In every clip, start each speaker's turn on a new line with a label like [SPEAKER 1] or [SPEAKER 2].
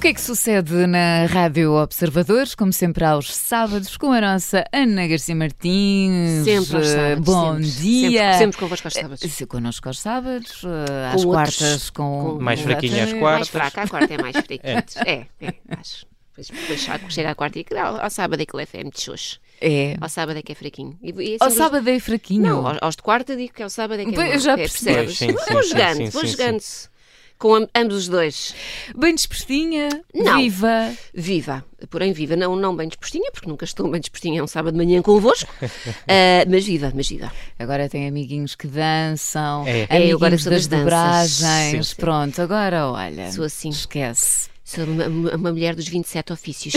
[SPEAKER 1] que é que sucede na Rádio Observadores? Como sempre, aos sábados, com a nossa Ana Garcia Martins. Eh,
[SPEAKER 2] Sempre aos sábados,
[SPEAKER 1] Bom
[SPEAKER 2] sempre,
[SPEAKER 1] dia.
[SPEAKER 2] Sempre, sempre convosco aos sábados.
[SPEAKER 1] Se Connosco aos sábados, eh, às
[SPEAKER 2] outros,
[SPEAKER 1] quartas com.
[SPEAKER 2] com-
[SPEAKER 3] Mais fraquinho às
[SPEAKER 1] Exatamente.
[SPEAKER 2] Mais
[SPEAKER 3] quartas.
[SPEAKER 2] fraca, a quarta é mais fraquinha. é. é, acho. Depois, depois chega- chega à quarta e que ao, ao sábado é que ele é muito xoxo.
[SPEAKER 1] É.
[SPEAKER 2] Ao sábado é que é fraquinho. E- e
[SPEAKER 1] Ao
[SPEAKER 2] assim,
[SPEAKER 1] sábado é fraquinho.
[SPEAKER 2] Não, aos, aos de quarta digo que ao sábado é que é
[SPEAKER 1] Pois,
[SPEAKER 2] mau.
[SPEAKER 1] eu já
[SPEAKER 2] É,
[SPEAKER 1] percebi.
[SPEAKER 2] percebes?
[SPEAKER 3] Sim, sim,
[SPEAKER 2] vou
[SPEAKER 3] sim,
[SPEAKER 2] jogando,
[SPEAKER 3] sim,
[SPEAKER 2] vou
[SPEAKER 3] sim,
[SPEAKER 2] jogando com am- ambos os dois.
[SPEAKER 1] Bem despertinha,
[SPEAKER 2] Não.
[SPEAKER 1] viva.
[SPEAKER 2] Viva, porém viva, não, não bem dispostinha, porque nunca estou bem dispostinha, é um sábado de manhã convosco, Ah, mas viva, mas viva.
[SPEAKER 1] Agora tem amiguinhos que dançam,
[SPEAKER 2] É,
[SPEAKER 3] É.
[SPEAKER 2] eu
[SPEAKER 1] amiguinhos
[SPEAKER 2] agora sou
[SPEAKER 1] das
[SPEAKER 2] das danças.
[SPEAKER 1] dobragens.
[SPEAKER 2] Sim, sim.
[SPEAKER 1] Pronto, agora olha.
[SPEAKER 2] Sou assim.
[SPEAKER 1] Esquece.
[SPEAKER 2] Sou uma, uma mulher dos 27 ofícios,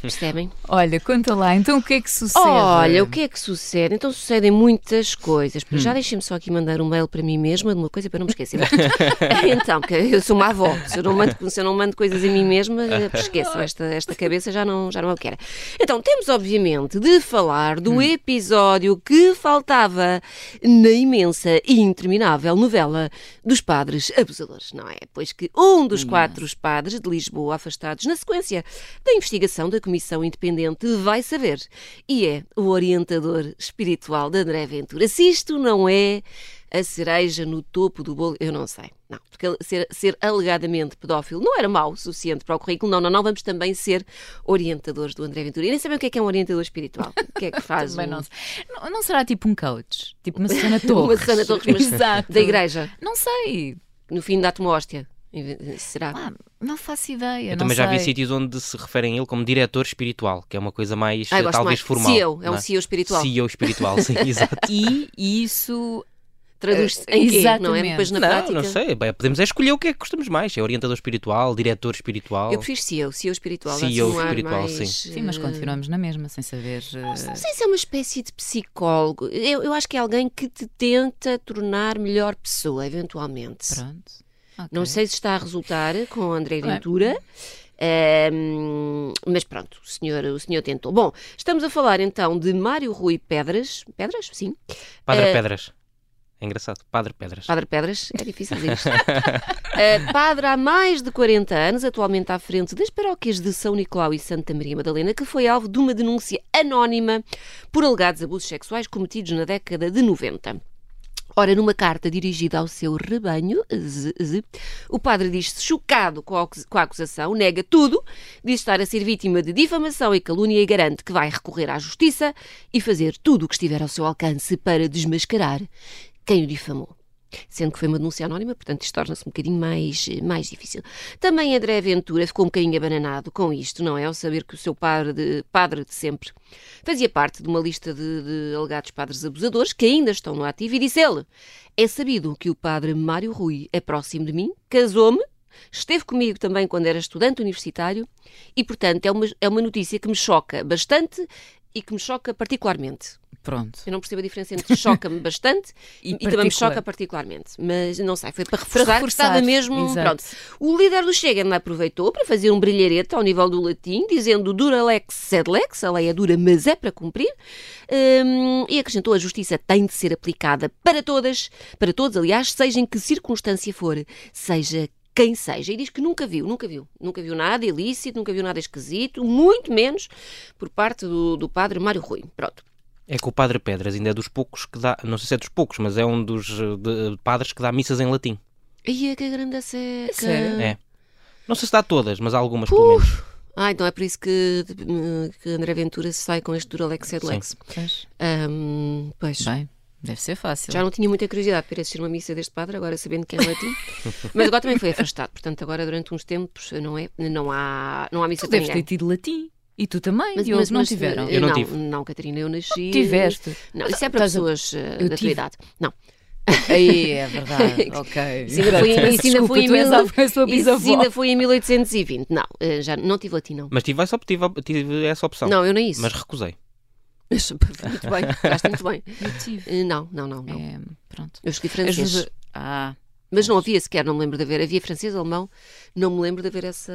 [SPEAKER 2] percebem?
[SPEAKER 1] Olha, conta lá, então o que é que sucede?
[SPEAKER 2] Olha, o que é que sucede? Então sucedem muitas coisas. Para Já deixem-me só aqui mandar um mail para mim mesma de uma coisa para não me esquecer. então, porque eu sou uma avó. Se eu não mando, se eu não mando coisas a mim mesma, eh, esqueço. Esta, esta cabeça já não, já não é o que era. Então, temos obviamente de falar do episódio que faltava na imensa e interminável novela dos padres abusadores, não é? Pois que um dos quatro padres de Lisboa afastados na sequência da investigação da Comissão Independente vai saber e é o orientador espiritual de André Ventura. Se isto não é a cereja no topo do bolo, eu não sei. Não, porque ele ser, ser alegadamente pedófilo não era mau o suficiente para o currículo. Não, não, não. Vamos também ser orientadores do André Ventura. E nem sabem o que é que é um orientador espiritual. O que é que faz?
[SPEAKER 1] Também
[SPEAKER 2] um-
[SPEAKER 1] não, não, não será tipo um coach? Tipo uma Susana Torres?
[SPEAKER 2] Uma Susana Torres, mas
[SPEAKER 1] Exato.
[SPEAKER 2] da igreja.
[SPEAKER 1] Não sei.
[SPEAKER 2] No fim dá-te uma hóstia. Será?
[SPEAKER 1] Ah, não faço ideia.
[SPEAKER 3] Eu
[SPEAKER 1] não
[SPEAKER 3] também já vi
[SPEAKER 1] sei.
[SPEAKER 3] sítios onde se referem a ele como diretor espiritual, que é uma coisa mais
[SPEAKER 2] Ah, eu
[SPEAKER 3] eh,
[SPEAKER 2] gosto mais.
[SPEAKER 3] talvez formal.
[SPEAKER 2] CEO, é um
[SPEAKER 3] não
[SPEAKER 2] CEO espiritual.
[SPEAKER 3] CEO espiritual, sim, exato.
[SPEAKER 1] E isso.
[SPEAKER 2] Traduz-se em quê? Não é?
[SPEAKER 1] Eh, Exatamente.
[SPEAKER 2] Depois na
[SPEAKER 3] não,
[SPEAKER 2] prática.
[SPEAKER 3] não sei. Bem, podemos é escolher o que é que gostamos mais. É orientador espiritual, diretor espiritual.
[SPEAKER 2] Eu prefiro CEO, CEO espiritual.
[SPEAKER 3] CEO
[SPEAKER 2] dá-se um ar
[SPEAKER 3] espiritual,
[SPEAKER 2] mais,
[SPEAKER 3] sim.
[SPEAKER 1] Sim, mas
[SPEAKER 2] eh,
[SPEAKER 1] continuamos na mesma, sem saber.
[SPEAKER 2] Não
[SPEAKER 1] eh,
[SPEAKER 2] sei se é uma espécie de psicólogo. Eu, eu acho que é alguém que te tenta tornar melhor pessoa, eventualmente.
[SPEAKER 1] Pronto. Ok.
[SPEAKER 2] Não sei se está a resultar com o André
[SPEAKER 1] Não é?
[SPEAKER 2] Ventura. ehm, mas pronto, o senhor, o senhor tentou. Bom, estamos a falar então de Mário Rui Pedras. Pedras? Sim.
[SPEAKER 3] Padre
[SPEAKER 2] eh,
[SPEAKER 3] Pedras. É engraçado. Padre Pedras.
[SPEAKER 2] Padre Pedras, é difícil dizer isto. Uh, padre há mais de 40 anos, atualmente à frente das paróquias de São Nicolau e Santa Maria Madalena, que foi alvo de uma denúncia anónima por alegados abusos sexuais cometidos na década de 90. Ora, numa carta dirigida ao seu rebanho, z- z- o padre diz-se chocado com a acus- com a acusação, nega tudo, diz estar a ser vítima de difamação e calúnia e garante que vai recorrer à justiça e fazer tudo o que estiver ao seu alcance para desmascarar quem o difamou. Sendo que foi uma denúncia anónima, portanto isto torna-se um bocadinho mais, mais difícil. Também André Ventura ficou um bocadinho abananado com isto, não é? Ao saber que o seu padre de, padre de sempre fazia parte de uma lista de, de alegados padres abusadores que ainda estão no ativo e disse ele: É sabido que o padre Mário Rui é próximo de mim, casou-me, esteve comigo também quando era estudante universitário e, portanto, é uma, é uma notícia que me choca bastante e que me choca particularmente.
[SPEAKER 1] Pronto.
[SPEAKER 2] Eu não percebo a diferença entre choca-me bastante
[SPEAKER 1] E
[SPEAKER 2] e, também me
[SPEAKER 1] particular.
[SPEAKER 2] choca particularmente. Mas não sei, foi para reforçar, que estava
[SPEAKER 1] reforçar,
[SPEAKER 2] mesmo.
[SPEAKER 1] exato.
[SPEAKER 2] Pronto. O líder do Chega ainda aproveitou para fazer um brilharete ao nível do latim, dizendo dura lex sed lex, a lei é dura, mas é para cumprir. Hum, e acrescentou: a justiça tem de ser aplicada para todas, para todos, aliás, seja em que circunstância for, seja quem seja. E diz que nunca viu, nunca viu, nunca viu nada ilícito, nunca viu nada esquisito, muito menos por parte do, do padre Mário Rui. Pronto.
[SPEAKER 3] É que o Padre Pedras ainda é dos poucos que dá. Não sei se é dos poucos, mas é um dos eh, de- padres que dá missas em latim.
[SPEAKER 2] Ia é que grande seca.
[SPEAKER 1] sério?
[SPEAKER 3] É. Não sei se dá todas, mas há algumas pelo menos.
[SPEAKER 2] Ah, então é por isso que, que André Ventura sai com este Duralex Edlex.
[SPEAKER 1] Pois.
[SPEAKER 2] Ahm, pois.
[SPEAKER 1] Bem, deve ser fácil.
[SPEAKER 3] Então.
[SPEAKER 2] Já não tinha muita curiosidade para ir assistir uma missa deste padre, agora sabendo que é latim. Mas agora também foi afastado. Portanto, agora durante uns tempos não, é, não, há, não há missa
[SPEAKER 1] Tu
[SPEAKER 2] para
[SPEAKER 1] deves ter
[SPEAKER 2] ninguém.
[SPEAKER 1] tido latim. E tu também,
[SPEAKER 2] é. Mas-
[SPEAKER 1] e eles
[SPEAKER 2] mas-
[SPEAKER 1] não
[SPEAKER 2] mas,
[SPEAKER 1] tiveram. Oh,
[SPEAKER 2] eh,
[SPEAKER 3] Eu não
[SPEAKER 2] não,
[SPEAKER 3] tive.
[SPEAKER 2] não, Catarina, eu nasci.
[SPEAKER 1] Tiveste.
[SPEAKER 2] Não, isso é para
[SPEAKER 1] Estás a-
[SPEAKER 2] pessoas eh,
[SPEAKER 1] eu
[SPEAKER 2] da
[SPEAKER 1] tive.
[SPEAKER 2] tua idade. Não.
[SPEAKER 1] Aí, é verdade. ok.
[SPEAKER 2] Isso ainda foi, isso ainda
[SPEAKER 1] Desculpa,
[SPEAKER 2] foi em
[SPEAKER 1] tu és
[SPEAKER 2] mil-
[SPEAKER 1] a, a sua
[SPEAKER 2] isso
[SPEAKER 1] bisavó.
[SPEAKER 2] ainda foi em 1820. Não, eh, já não tive latim, não.
[SPEAKER 3] Mas tive essa, op- tive, op- tive essa opção.
[SPEAKER 2] Não, eu nem isso.
[SPEAKER 3] Então, Mas recusei.
[SPEAKER 2] Mas, muito bem, estás muito bem.
[SPEAKER 1] Eu tive.
[SPEAKER 2] Eh, Não, não, não, não.
[SPEAKER 1] É, pronto.
[SPEAKER 2] Eu escolhi francês.
[SPEAKER 1] Ajuda- Ah,
[SPEAKER 2] Mas não havia sequer, não me lembro de haver. Havia francês, alemão, não me lembro de haver essa.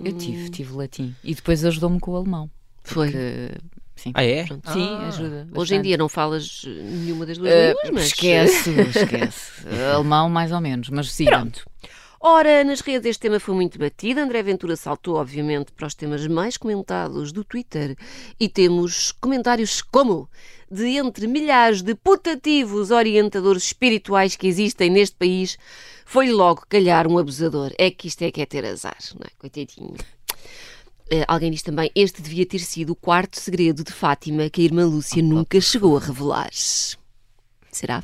[SPEAKER 2] hum,
[SPEAKER 1] eu tive, tive latim. E depois ajudou-me com o alemão.
[SPEAKER 2] Foi.
[SPEAKER 1] que- sim.
[SPEAKER 3] Ah, é?
[SPEAKER 2] Pronto.
[SPEAKER 1] Sim,
[SPEAKER 3] Ah.
[SPEAKER 1] ajuda.
[SPEAKER 2] Hoje em
[SPEAKER 1] bastante.
[SPEAKER 2] dia não falas eh, nenhuma das duas
[SPEAKER 1] Eh,
[SPEAKER 2] línguas, mas.
[SPEAKER 1] Esquece, esquece. Alemão, mais ou menos, mas sim.
[SPEAKER 2] Pronto. Ora, nas redes este tema foi muito batido. André Ventura saltou, obviamente, para os temas mais comentados do Twitter e temos comentários como de entre milhares de putativos orientadores espirituais que existem neste país, foi logo calhar um abusador. É que isto é que é ter azar, não é? Coitadinho. Eh, Alguém diz também, este devia ter sido o quarto segredo de Fátima que a irmã Lúcia nunca chegou a revelar. Será?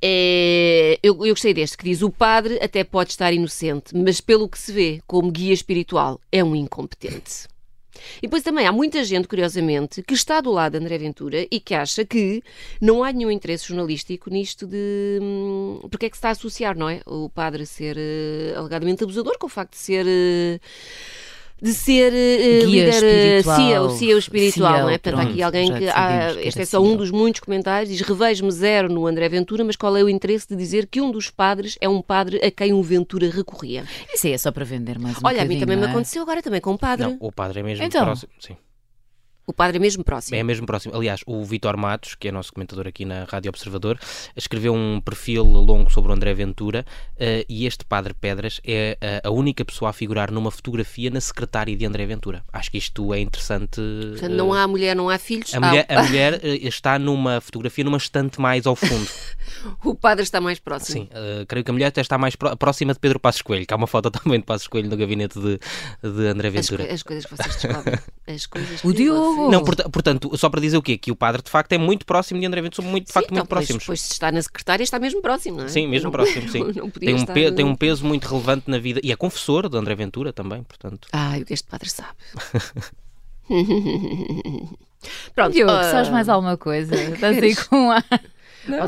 [SPEAKER 2] É, eu, eu gostei deste que diz: o padre até pode estar inocente, mas pelo que se vê, como guia espiritual, é um incompetente. E depois também há muita gente, curiosamente, que está do lado de André Ventura e que acha que não há nenhum interesse jornalístico nisto de. hum, Porque é que se está a associar, não é? O padre ser eh, alegadamente abusador com o facto de ser. eh, de ser eh,
[SPEAKER 1] Guia
[SPEAKER 2] líder eh,
[SPEAKER 1] espiritual.
[SPEAKER 2] CIA, o CEO espiritual,
[SPEAKER 1] CEO,
[SPEAKER 2] não é? Portanto, há aqui
[SPEAKER 1] pronto,
[SPEAKER 2] alguém
[SPEAKER 1] já
[SPEAKER 2] que.
[SPEAKER 1] decidimos
[SPEAKER 2] há-
[SPEAKER 1] que
[SPEAKER 2] este
[SPEAKER 1] era
[SPEAKER 2] é só um
[SPEAKER 1] CEO.
[SPEAKER 2] dos muitos comentários, diz: revejo-me zero no André Ventura, mas qual é o interesse de dizer que um dos padres é um padre a quem o Ventura recorria?
[SPEAKER 1] Isso aí é só para vender mais um
[SPEAKER 2] Olha, a mim
[SPEAKER 1] bocadinho,
[SPEAKER 2] também me
[SPEAKER 1] não é?
[SPEAKER 2] aconteceu agora também com o padre.
[SPEAKER 3] Não, o padre é mesmo
[SPEAKER 1] Então.
[SPEAKER 3] próximo. Sim.
[SPEAKER 2] O padre é mesmo próximo.
[SPEAKER 3] É mesmo próximo. Aliás, o Vitor Matos, que é nosso comentador aqui na Rádio Observador, escreveu um perfil longo sobre o André Ventura eh, e este padre Pedras é eh, a única pessoa a figurar numa fotografia na secretária de André Ventura. Acho que isto é interessante.
[SPEAKER 2] Portanto, não há mulher, não há filhos.
[SPEAKER 3] Eh, A
[SPEAKER 2] há-
[SPEAKER 3] mulher, a mulher, eh, está numa fotografia numa estante mais ao fundo.
[SPEAKER 2] O padre está mais próximo.
[SPEAKER 3] Sim, eh, creio que a mulher até está mais pró- próxima de Pedro Passos Coelho, que há uma foto também de Passos Coelho no gabinete de, de André
[SPEAKER 2] As,
[SPEAKER 3] Ventura.
[SPEAKER 2] co- as coisas que vocês descobrem. As coisas que
[SPEAKER 1] O Diogo!
[SPEAKER 3] Não, porta- portanto, só para dizer o quê? Que o padre de facto é muito próximo de André Ventura, são muito, de facto
[SPEAKER 2] Sim,
[SPEAKER 3] muito
[SPEAKER 2] então, pois-
[SPEAKER 3] próximos.
[SPEAKER 2] Pois, se está na secretária, está mesmo próximo, não é?
[SPEAKER 3] Sim, mesmo
[SPEAKER 2] Não-
[SPEAKER 3] próximo, sim.
[SPEAKER 2] Não podia
[SPEAKER 3] tem, um
[SPEAKER 2] estar...
[SPEAKER 3] pe- tem um peso muito relevante na vida. E é confessor de André Ventura também, portanto.
[SPEAKER 2] Ai, o que este padre sabe. Pronto,
[SPEAKER 1] Diogo,
[SPEAKER 2] ah,
[SPEAKER 1] sabes mais alguma coisa? Estás aí com a.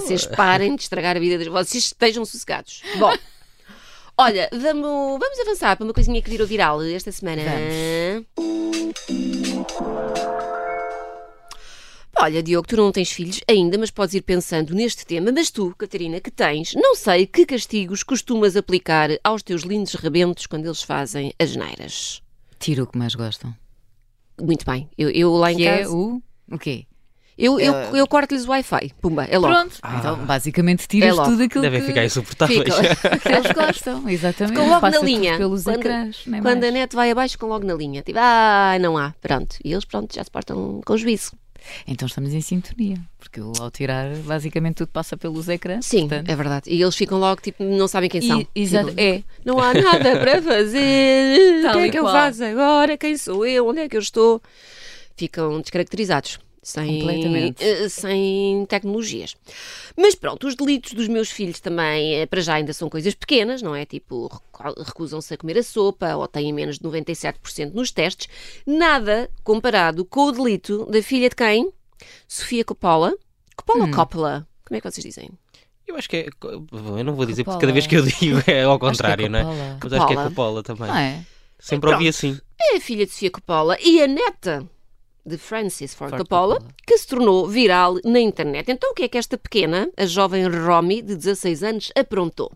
[SPEAKER 2] vocês parem de estragar a vida das... Vocês estejam sossegados. Bom, olha, vamos, vamos avançar para uma coisinha que virou viral esta semana. Olha, Diogo, tu não tens filhos ainda, mas podes ir pensando neste tema. Mas tu, Catarina, que tens, não sei que castigos costumas aplicar aos teus lindos rebentos quando eles fazem as neiras.
[SPEAKER 1] Tiro o que mais gostam.
[SPEAKER 2] Muito bem, eu, eu lá em
[SPEAKER 1] Que
[SPEAKER 2] casa.
[SPEAKER 1] é o. O quê?
[SPEAKER 2] Eu, eu, eu corto-lhes o Wi-Fi. Pumba, é logo.
[SPEAKER 1] Pronto. Então, basicamente, tiras
[SPEAKER 2] É logo.
[SPEAKER 1] tudo aquilo
[SPEAKER 3] Devem
[SPEAKER 1] que,
[SPEAKER 3] ficar insuportáveis.
[SPEAKER 2] Fica.
[SPEAKER 1] que eles gostam. Exatamente.
[SPEAKER 2] Ficam logo
[SPEAKER 1] Passa
[SPEAKER 2] na linha.
[SPEAKER 1] tudo pelos
[SPEAKER 2] Quando-
[SPEAKER 1] ecrãs. nem
[SPEAKER 2] Quando a
[SPEAKER 1] mais.
[SPEAKER 2] net vai abaixo, ficam logo na linha. Tipo, ah, não há. Pronto. E eles, pronto, já se portam com juízo.
[SPEAKER 1] Então estamos em sintonia. Porque eu, ao tirar, basicamente tudo passa pelos ecrãs.
[SPEAKER 2] Sim,
[SPEAKER 1] portanto-
[SPEAKER 2] é verdade. E eles ficam logo, tipo, não sabem quem são.
[SPEAKER 1] E- exato,
[SPEAKER 2] Tipo,
[SPEAKER 1] é.
[SPEAKER 2] Não há nada para fazer. O
[SPEAKER 1] Tal
[SPEAKER 2] que é
[SPEAKER 1] e
[SPEAKER 2] que eu
[SPEAKER 1] qual.
[SPEAKER 2] faço agora? Quem sou eu? Onde é que eu estou? Ficam descaracterizados. Sem,
[SPEAKER 1] Completamente.
[SPEAKER 2] eh, sem tecnologias. Mas pronto, os delitos dos meus filhos também, eh, para já, ainda são coisas pequenas, não é? Tipo, recu- recusam-se a comer a sopa ou têm menos de 97% nos testes. Nada comparado com o delito da filha de quem? Sofia Coppola. Coppola
[SPEAKER 1] Hum.
[SPEAKER 2] ou Coppola? Como é que vocês dizem?
[SPEAKER 3] Eu acho que é. Eu não vou dizer, porque
[SPEAKER 1] Coppola.
[SPEAKER 3] cada vez que eu digo é ao contrário, não é?
[SPEAKER 1] Coppola.
[SPEAKER 3] Mas acho que é
[SPEAKER 2] Coppola.
[SPEAKER 3] Coppola também.
[SPEAKER 1] Não é?
[SPEAKER 3] Sempre ouvi assim.
[SPEAKER 2] é a filha de Sofia Coppola e a neta de Francis Ford
[SPEAKER 1] Ford
[SPEAKER 2] Coppola,
[SPEAKER 1] Coppola.
[SPEAKER 2] que se tornou viral na internet. Então, o que é que esta pequena, a jovem Romy, de 16 anos, aprontou?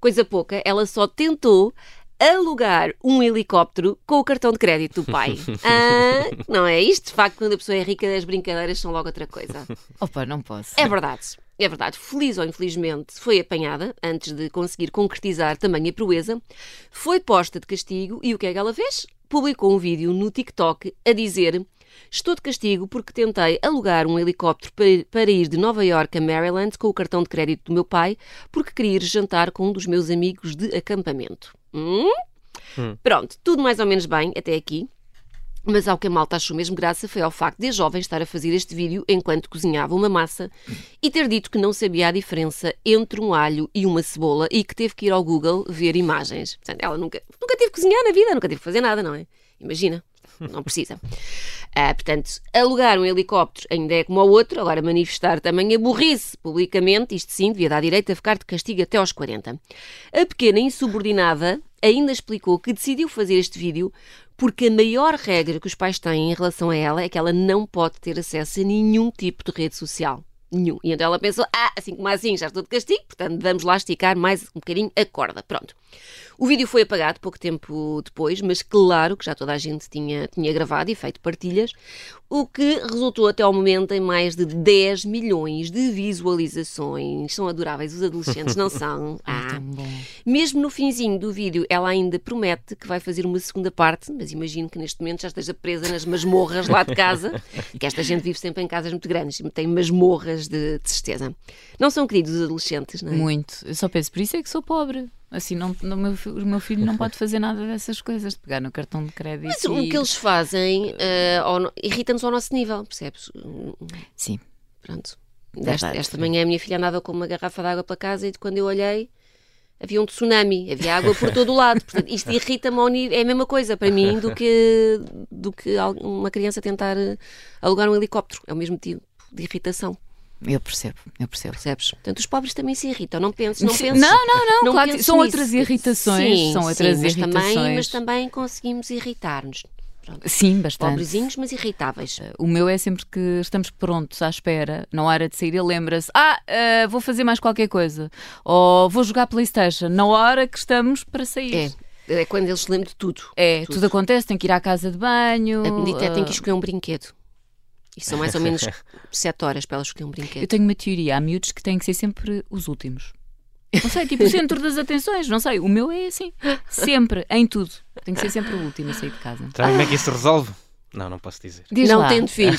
[SPEAKER 2] Coisa pouca, ela só tentou alugar um helicóptero com o cartão de crédito do pai. Ah, não é isto? De facto, quando a pessoa é rica, as brincadeiras são logo outra coisa.
[SPEAKER 1] Opa, não posso.
[SPEAKER 2] É verdade. É verdade, feliz ou infelizmente, foi apanhada antes de conseguir concretizar também a proeza, foi posta de castigo e o que é que ela fez? Publicou um vídeo no TikTok a dizer: Estou de castigo porque tentei alugar um helicóptero para ir, para ir de Nova York a Maryland com o cartão de crédito do meu pai porque queria ir jantar com um dos meus amigos de acampamento. Hum? Pronto, tudo mais ou menos bem até aqui. Mas ao que a malta achou mesmo graça foi ao facto de a jovem estar a fazer este vídeo enquanto cozinhava uma massa e ter dito que não sabia a diferença entre um alho e uma cebola e que teve que ir ao Google ver imagens. Portanto, ela nunca, nunca teve que cozinhar na vida, nunca teve que fazer nada, não é? Imagina, não precisa. Ah, portanto, alugar um helicóptero ainda é como ao outro, agora manifestar também a burrice publicamente, isto sim, devia dar direito a ficar de castigo até aos 40. A pequena insubordinada ainda explicou que decidiu fazer este vídeo porque a maior regra que os pais têm em relação a ela é que ela não pode ter acesso a nenhum tipo de rede social. nenhum. E então ela pensou, ah, assim como assim, já estou de castigo, portanto vamos lá esticar mais um bocadinho a corda. Pronto. O vídeo foi apagado pouco tempo depois, mas claro que já toda a gente tinha, tinha gravado e feito partilhas, o que resultou até ao momento em mais de 10 milhões de visualizações. São adoráveis os adolescentes, não são?
[SPEAKER 1] É
[SPEAKER 2] Ah.
[SPEAKER 1] tão bom.
[SPEAKER 2] Mesmo no finzinho do vídeo, ela ainda promete que vai fazer uma segunda parte, mas imagino que neste momento já esteja presa nas masmorras lá de casa, que esta gente vive sempre em casas muito grandes, tem masmorras de tristeza. Não são queridos os adolescentes, não é?
[SPEAKER 1] Muito. Eu só penso, por isso é que sou pobre. Assim, não, não- meu fi- o meu filho não pode fazer nada dessas coisas, de pegar no cartão de crédito.
[SPEAKER 2] Mas o
[SPEAKER 1] e-
[SPEAKER 2] que eles fazem eh, ao no- irrita-nos ao nosso nível, percebes? Hum,
[SPEAKER 1] Sim.
[SPEAKER 2] Pronto. Esta,
[SPEAKER 1] Verdade.
[SPEAKER 2] esta manhã a minha filha andava com uma garrafa de água para casa e de quando eu olhei havia um tsunami, havia água por todo o lado. Portanto, isto irrita-me ao nível. É a mesma coisa para mim do que, do que al- uma criança tentar eh, alugar um helicóptero. É o mesmo tipo de irritação,
[SPEAKER 1] Eu percebo, eu percebo.
[SPEAKER 2] percebes? Portanto, os pobres também se irritam. Não penses, não penses.
[SPEAKER 1] não, não,
[SPEAKER 2] não
[SPEAKER 1] claro que
[SPEAKER 2] penses
[SPEAKER 1] são
[SPEAKER 2] nisso.
[SPEAKER 1] outras irritações,
[SPEAKER 2] Sim,
[SPEAKER 1] são
[SPEAKER 2] sim,
[SPEAKER 1] outras
[SPEAKER 2] mas
[SPEAKER 1] irritações.
[SPEAKER 2] Também, mas também conseguimos irritar-nos. Pronto.
[SPEAKER 1] Sim, bastante.
[SPEAKER 2] Pobrezinhos, mas irritáveis.
[SPEAKER 1] O meu é sempre que estamos prontos à espera, na hora de sair, ele lembra-se: Ah, eh, vou fazer mais qualquer coisa. Ou vou jogar Playstation, na hora que estamos para
[SPEAKER 2] É,
[SPEAKER 1] sair.
[SPEAKER 2] é quando eles se lembram de tudo.
[SPEAKER 1] É, tudo, acontece, tem que ir à casa de banho.
[SPEAKER 2] A Benedita
[SPEAKER 1] eh,
[SPEAKER 2] tem que escolher um brinquedo. E são mais ou menos 7 horas para ela escolher um brinquedo.
[SPEAKER 1] Eu tenho uma teoria, há miúdos que têm que ser sempre os últimos. Não sei, tipo o centro das atenções, não sei. O meu é assim, sempre, em tudo. Tem que ser sempre o último a sair de casa.
[SPEAKER 3] Sabe como é que isso se resolve? Não, não posso dizer.
[SPEAKER 1] Diz
[SPEAKER 2] não
[SPEAKER 1] lá.
[SPEAKER 2] tendo filhos.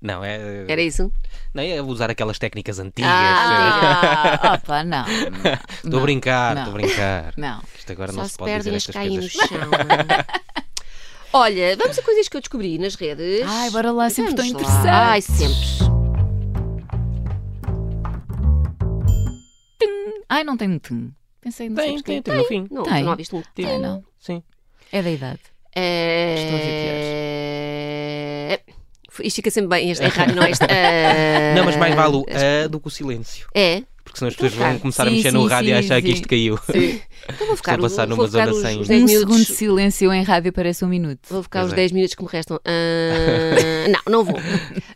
[SPEAKER 3] Não, é.
[SPEAKER 2] Era isso?
[SPEAKER 3] Não, é usar aquelas técnicas antigas.
[SPEAKER 1] Ah, opa, não.
[SPEAKER 3] Estou a brincar,
[SPEAKER 1] não.
[SPEAKER 3] estou a brincar.
[SPEAKER 1] Não.
[SPEAKER 3] Isto agora
[SPEAKER 2] Só
[SPEAKER 3] não
[SPEAKER 2] se,
[SPEAKER 3] se, pode dizer
[SPEAKER 2] perdem as que
[SPEAKER 3] estas
[SPEAKER 2] caem no
[SPEAKER 3] coisas.
[SPEAKER 2] chão. é? Olha, vamos a coisas que eu descobri nas redes.
[SPEAKER 1] Ai, bora lá, sempre tão
[SPEAKER 2] Vamos lá.
[SPEAKER 1] interessante.
[SPEAKER 2] Ai, sempre.
[SPEAKER 1] Ai, não tem um tum. Pensei, não sei
[SPEAKER 3] Tem,
[SPEAKER 1] porquê.
[SPEAKER 3] tem, tem no fim.
[SPEAKER 2] Não,
[SPEAKER 1] Tem.
[SPEAKER 2] não há visto um.
[SPEAKER 3] Tem.
[SPEAKER 1] Ah, não.
[SPEAKER 3] Sim.
[SPEAKER 1] É da idade.
[SPEAKER 3] Estou a
[SPEAKER 2] É... Isto fica sempre bem. Este é raro, não é este. É...
[SPEAKER 3] Não, mas mais vale o ah do que o silêncio.
[SPEAKER 2] É.
[SPEAKER 3] Porque senão as pessoas
[SPEAKER 2] claro.
[SPEAKER 3] vão começar a
[SPEAKER 1] Sim,
[SPEAKER 3] mexer no
[SPEAKER 1] sim,
[SPEAKER 3] rádio e
[SPEAKER 1] sim,
[SPEAKER 3] achar que
[SPEAKER 1] sim.
[SPEAKER 3] isto caiu.
[SPEAKER 2] Então vou ficar,
[SPEAKER 3] a passar
[SPEAKER 2] vou
[SPEAKER 3] numa
[SPEAKER 2] ficar
[SPEAKER 3] zona
[SPEAKER 2] os,
[SPEAKER 3] sem-
[SPEAKER 2] os 10
[SPEAKER 1] Um segundo
[SPEAKER 2] minutos.
[SPEAKER 1] de silêncio em rádio parece um minuto.
[SPEAKER 2] Vou ficar
[SPEAKER 3] Pois
[SPEAKER 2] os
[SPEAKER 3] é.
[SPEAKER 2] 10 minutos que me restam. Ah, não, não vou.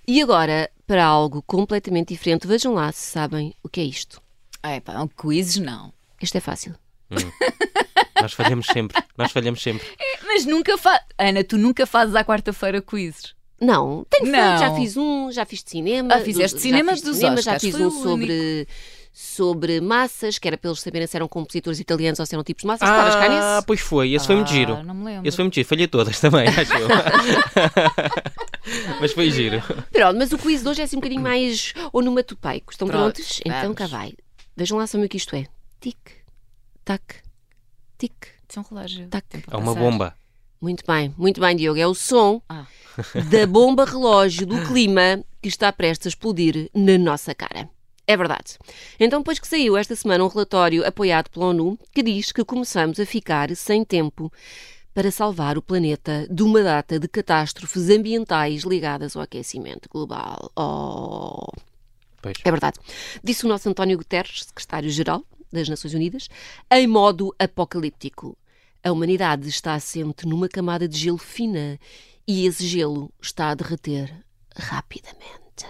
[SPEAKER 2] E agora, para algo completamente diferente, vejam lá se sabem o que é isto.
[SPEAKER 1] Ai, pá, um quizzes não.
[SPEAKER 2] Isto é fácil.
[SPEAKER 3] Nós falhamos sempre. Nós falhamos sempre.
[SPEAKER 1] Mas nunca faz. Ana, tu nunca fazes à quarta-feira quizzes.
[SPEAKER 2] Não, tenho feito,
[SPEAKER 1] Não.
[SPEAKER 2] já fiz um, já fiz de cinema.
[SPEAKER 1] Ah, fizeste
[SPEAKER 2] do-
[SPEAKER 1] cinema
[SPEAKER 2] já fiz de
[SPEAKER 1] dos
[SPEAKER 2] cinema, Já
[SPEAKER 1] Oscars,
[SPEAKER 2] fiz
[SPEAKER 1] foi
[SPEAKER 2] um
[SPEAKER 1] o
[SPEAKER 2] sobre, sobre massas, que era para eles saberem se eram compositores italianos ou se eram tipos de massas. Estavas cá
[SPEAKER 3] Ah,
[SPEAKER 2] nesse?
[SPEAKER 3] pois foi. Esse foi muito
[SPEAKER 1] Ah,
[SPEAKER 3] giro.
[SPEAKER 1] Não me lembro.
[SPEAKER 3] Esse foi muito giro. Falhei todas também, acho eu. Mas foi giro.
[SPEAKER 2] Pronto, mas o quiz de hoje é assim um
[SPEAKER 3] Hum.
[SPEAKER 2] bocadinho mais onomatopeico. Estão
[SPEAKER 1] Pronto,
[SPEAKER 2] prontos? Então
[SPEAKER 1] vamos.
[SPEAKER 2] cá vai. Vejam lá sobre o que isto é. Tic, tac, tic,
[SPEAKER 1] São um relógio.
[SPEAKER 2] Tac.
[SPEAKER 1] Tempo a
[SPEAKER 3] É uma
[SPEAKER 1] passar.
[SPEAKER 3] bomba.
[SPEAKER 2] Muito bem, muito bem, Diogo. É o som
[SPEAKER 1] Ah.
[SPEAKER 2] da bomba relógio do clima que está prestes a explodir na nossa cara. É verdade. Então, depois que saiu esta semana um relatório apoiado pela ONU que diz que começamos a ficar sem tempo para salvar o planeta de uma data de catástrofes ambientais ligadas ao aquecimento global. Oh.
[SPEAKER 3] Pois.
[SPEAKER 2] É verdade. Disse o nosso António Guterres, secretário-geral das Nações Unidas, em modo apocalíptico. A humanidade está assente numa camada de gelo fina e esse gelo está a derreter rapidamente.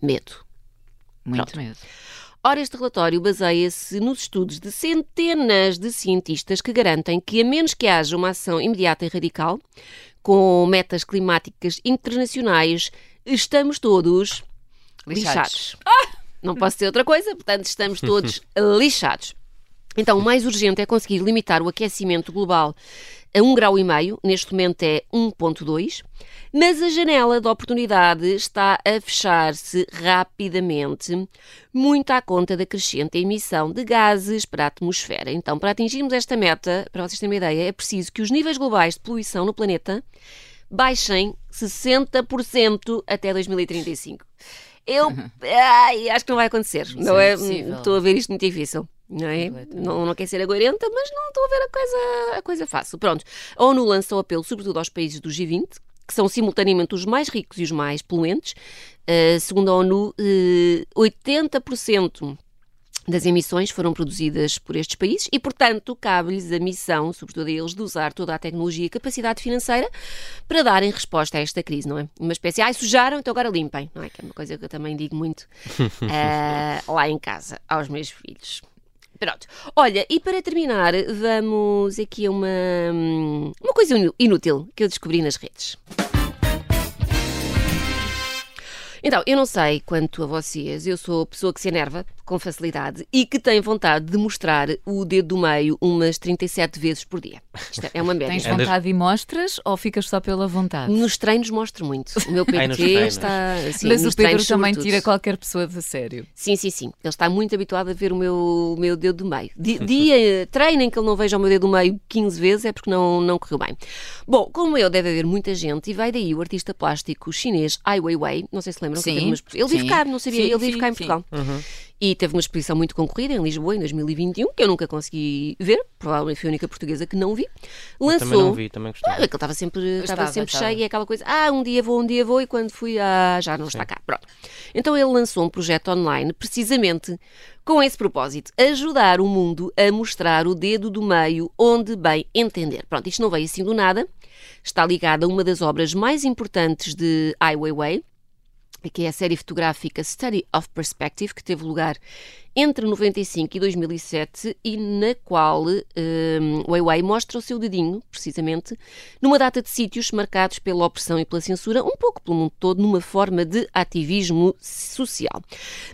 [SPEAKER 2] Medo.
[SPEAKER 1] Muito
[SPEAKER 2] Pronto.
[SPEAKER 1] medo.
[SPEAKER 2] Ora, este relatório baseia-se nos estudos de centenas de cientistas que garantem que, a menos que haja uma ação imediata e radical, com metas climáticas internacionais, estamos todos lixados. Ah! Não posso ser outra coisa, portanto, estamos todos lixados. Então, o mais urgente é conseguir limitar o aquecimento global a 1,5 grau, neste momento é 1,2, mas a janela de oportunidade está a fechar-se rapidamente, muito à conta da crescente emissão de gases para a atmosfera. Então, para atingirmos esta meta, para vocês terem uma ideia, é preciso que os níveis globais de poluição no planeta baixem 60% até 2035. Eu ai, acho que não vai acontecer. não
[SPEAKER 1] é
[SPEAKER 2] é?
[SPEAKER 1] impossível.
[SPEAKER 2] Estou a ver isto muito difícil. Não, é?
[SPEAKER 1] Completamente.
[SPEAKER 2] não, não quer ser agourenta, mas não estou a ver a coisa, a coisa fácil. Pronto, a ONU lançou apelo sobretudo aos países do G20, que são simultaneamente os mais ricos e os mais poluentes. Eh, segundo a ONU, eh, 80% das emissões foram produzidas por estes países e, portanto, cabe-lhes a missão, sobretudo a eles, de usar toda a tecnologia e capacidade financeira para darem resposta a esta crise, não é? Uma espécie, ai, sujaram, então agora limpem, não é? Que é uma coisa que eu também digo muito ah, lá em casa, aos meus filhos. Pronto. Olha, e para terminar, vamos aqui a uma, uma coisa inú- inútil que eu descobri nas redes. Então, eu não sei quanto a vocês, eu sou a pessoa que se enerva com facilidade e que tem vontade de mostrar o dedo do meio umas 37 vezes por dia. Isto é uma média.
[SPEAKER 1] Tens
[SPEAKER 3] Andas-
[SPEAKER 1] vontade e mostras ou ficas só pela vontade?
[SPEAKER 2] Nos treinos mostro muito. O meu
[SPEAKER 3] Ai, nos
[SPEAKER 2] PT
[SPEAKER 3] treinos.
[SPEAKER 2] está. Sim,
[SPEAKER 1] Mas
[SPEAKER 2] nos
[SPEAKER 1] o Pedro
[SPEAKER 2] treinos,
[SPEAKER 1] também
[SPEAKER 2] sobretudo.
[SPEAKER 1] tira qualquer pessoa de sério.
[SPEAKER 2] Sim, sim, sim. Ele está muito habituado a ver o meu, o meu dedo do meio. Di- Dia, treino em que ele não veja o meu dedo do meio 15 vezes é porque não, não correu bem. Bom, como eu, deve haver muita gente e vai daí o artista plástico chinês Ai Weiwei, não sei se lembram, que
[SPEAKER 1] Sim,
[SPEAKER 2] teve uma exposição. Ele vive
[SPEAKER 1] sim.
[SPEAKER 2] cá, não sabia,
[SPEAKER 1] Sim,
[SPEAKER 2] ele vive
[SPEAKER 1] sim,
[SPEAKER 2] cá em
[SPEAKER 1] sim. Uhum.
[SPEAKER 2] Portugal. E teve uma exposição muito concorrida em Lisboa em 2021, que eu nunca consegui ver, provavelmente fui a única portuguesa que não vi. Lançou.
[SPEAKER 3] Também não vi, também gostei.
[SPEAKER 2] Ah, que ele estava sempre, estava
[SPEAKER 1] Estava,
[SPEAKER 2] sempre
[SPEAKER 1] estava.
[SPEAKER 2] cheio e é aquela coisa, ah, um dia vou, um dia vou, e quando fui, ah, já não está cá. Pronto. Então ele lançou um projeto online precisamente com esse propósito: ajudar o mundo a mostrar o dedo do meio onde bem entender. Pronto, isto não veio assim do nada, está ligado a uma das obras mais importantes de Ai Weiwei, que é a série fotográfica Study of Perspective, que teve lugar entre 95 e 2007 e na qual um, Weiwei mostra o seu dedinho, precisamente, numa data de sítios marcados pela opressão e pela censura, um pouco pelo mundo todo, numa forma de ativismo social.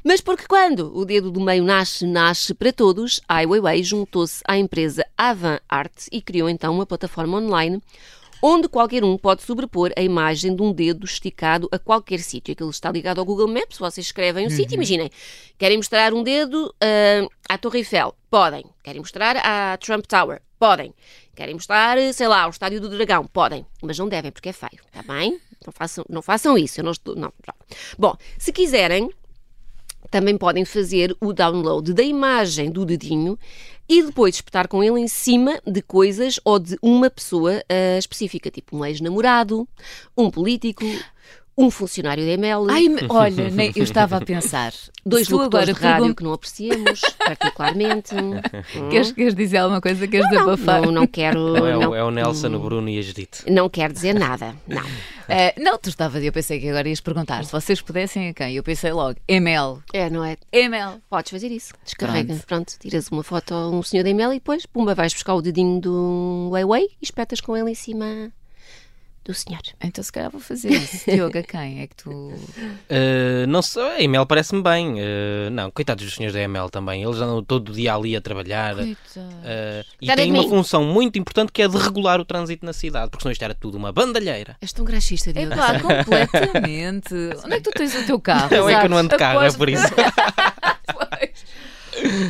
[SPEAKER 2] Mas porque quando o dedo do meio nasce, nasce para todos, Ai Weiwei juntou-se à empresa Avan Art e criou então uma plataforma online onde qualquer um pode sobrepor a imagem de um dedo esticado a qualquer sítio. Aquilo está ligado ao Google Maps, vocês escrevem um sítio, imaginem, querem mostrar um dedo ah, à Torre Eiffel, podem. Querem mostrar à Trump Tower, podem. Querem mostrar, sei lá, ao Estádio do Dragão, podem. Mas não devem, porque é feio, está bem? Não façam, não façam isso, eu não estou... Não, pronto. Bom, se quiserem, também podem fazer o download da imagem do dedinho e depois espetar com ele em cima de coisas ou de uma pessoa ah, específica, tipo um ex-namorado, um político, um funcionário da EML,
[SPEAKER 1] Ai, me- olha, nem- eu estava a pensar.
[SPEAKER 2] dois
[SPEAKER 1] Se tu
[SPEAKER 2] locutores
[SPEAKER 1] agora
[SPEAKER 2] de rádio
[SPEAKER 1] pergun-
[SPEAKER 2] que não apreciamos particularmente. Hum.
[SPEAKER 1] Queres, queres dizer alguma coisa? Queres desabafar?
[SPEAKER 2] não, não quero.
[SPEAKER 3] Não, é, o,
[SPEAKER 2] Não,
[SPEAKER 3] é o Nelson, o Bruno e a Judite.
[SPEAKER 2] não quero dizer nada. Não.
[SPEAKER 1] Ah, não, tu estavas, eu pensei que agora ias perguntar se vocês pudessem a quem. Eu pensei logo, ML.
[SPEAKER 2] É, não é?
[SPEAKER 1] ML.
[SPEAKER 2] Podes fazer isso. Descarrega. Pronto, tiras uma foto a um senhor da e-mail e depois, pumba, vais buscar o dedinho do Huawei e espetas com ele em cima do senhor.
[SPEAKER 1] Então se calhar vou fazer isso. Diogo, a quem é que tu.
[SPEAKER 3] Uh, não sei, a ML parece-me bem. Uh, não, coitados dos senhores da ML também. Eles andam todo o dia ali a trabalhar.
[SPEAKER 1] Coitado.
[SPEAKER 3] Uh, e
[SPEAKER 2] Cadê
[SPEAKER 3] tem
[SPEAKER 2] de
[SPEAKER 3] uma
[SPEAKER 2] mim?
[SPEAKER 3] função muito importante que é de regular o trânsito na cidade, porque senão isto era tudo uma bandalheira.
[SPEAKER 2] És tão graxista,
[SPEAKER 1] É
[SPEAKER 2] Diogo.
[SPEAKER 1] pá, completamente. Onde é que tu tens o teu carro?
[SPEAKER 3] Não é que eu não ando de carro, é
[SPEAKER 1] Aposto-
[SPEAKER 3] por isso.
[SPEAKER 2] Então,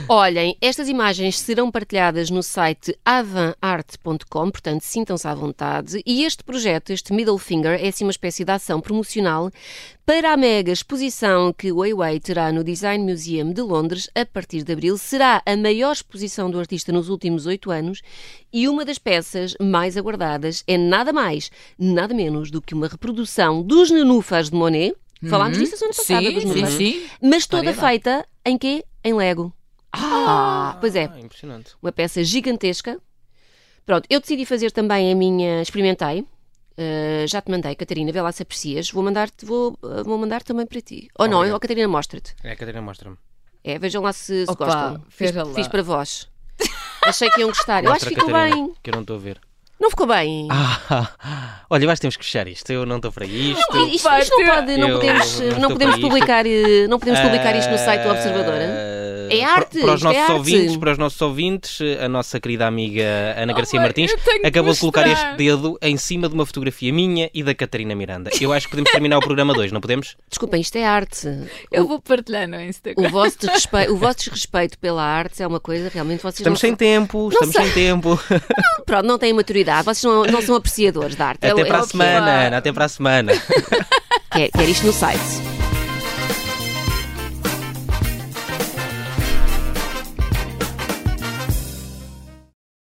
[SPEAKER 2] Olhem, estas imagens serão partilhadas no site avanart.com, portanto sintam-se à vontade. E este projeto, este Middle Finger, é assim uma espécie de ação promocional para a mega exposição que o Weiwei terá no Design Museum de Londres a partir de abril. Será a maior exposição do artista nos últimos oito anos e uma das peças mais aguardadas é nada mais, nada menos do que uma reprodução dos nenúfares de Monet. Falámos disso a semana passada, dos
[SPEAKER 1] é- Uhum. Sim, sim,
[SPEAKER 2] nenúfares.
[SPEAKER 1] sim.
[SPEAKER 2] Mas toda
[SPEAKER 1] Variedade.
[SPEAKER 2] feita em quê? Em Lego. Ah, pois é,
[SPEAKER 3] Ah, impressionante.
[SPEAKER 2] uma peça gigantesca. Pronto, eu decidi fazer também a minha, experimentei. Uh, já te mandei, Catarina, vê lá se aprecias. Vou mandar, vou, uh, vou mandar também para ti. Ou não,
[SPEAKER 3] Obrigado.
[SPEAKER 2] eu, Catarina, mostra-te.
[SPEAKER 3] É, a Catarina mostra-me.
[SPEAKER 2] É, vejam lá se, se
[SPEAKER 1] Opa,
[SPEAKER 2] gostam. Fiz,
[SPEAKER 1] veja lá.
[SPEAKER 2] fiz para vós. Achei que iam gostar. eu acho
[SPEAKER 3] Mostra
[SPEAKER 2] é? que
[SPEAKER 3] a
[SPEAKER 2] ficou
[SPEAKER 3] Catarina,
[SPEAKER 2] bem.
[SPEAKER 3] Que eu não estou a ver.
[SPEAKER 2] Não ficou bem.
[SPEAKER 3] Ah, olha, vais temos que fechar isto. Eu não estou para isto.
[SPEAKER 2] Isto- isto, isto não pode, não
[SPEAKER 3] Eu-
[SPEAKER 2] podemos,
[SPEAKER 3] eu
[SPEAKER 2] não
[SPEAKER 3] estou
[SPEAKER 2] podemos
[SPEAKER 3] para isto. Eh,
[SPEAKER 2] publicar, eh, não podemos publicar isto no site do Observador. hein?
[SPEAKER 3] Ah,
[SPEAKER 2] É
[SPEAKER 3] para-
[SPEAKER 2] arte,
[SPEAKER 3] Para os
[SPEAKER 2] isto é
[SPEAKER 3] nossos
[SPEAKER 2] arte.
[SPEAKER 3] ouvintes, para os nossos ouvintes, a nossa querida amiga Ana Garcia
[SPEAKER 1] mãe,
[SPEAKER 3] Martins
[SPEAKER 1] eu tenho que
[SPEAKER 3] acabou de colocar
[SPEAKER 1] mostrar.
[SPEAKER 3] este dedo em cima de uma fotografia minha e da Catarina Miranda. Eu acho que podemos terminar o programa 2, não podemos?
[SPEAKER 2] Desculpem, isto é arte.
[SPEAKER 1] Eu vou partilhar no Instagram.
[SPEAKER 2] O vosso, desrespeito, o vosso desrespeito pela arte é uma coisa realmente vocês
[SPEAKER 3] Estamos
[SPEAKER 2] não,
[SPEAKER 3] sem tempo, estamos
[SPEAKER 2] sei. É
[SPEAKER 3] sem tempo.
[SPEAKER 2] pronto, não têm maturidade, vocês não, não são apreciadores da arte.
[SPEAKER 3] Até
[SPEAKER 2] É- é
[SPEAKER 3] para a
[SPEAKER 2] o que é.
[SPEAKER 3] semana, Ana, até para a semana.
[SPEAKER 2] Quer, quer isto no site.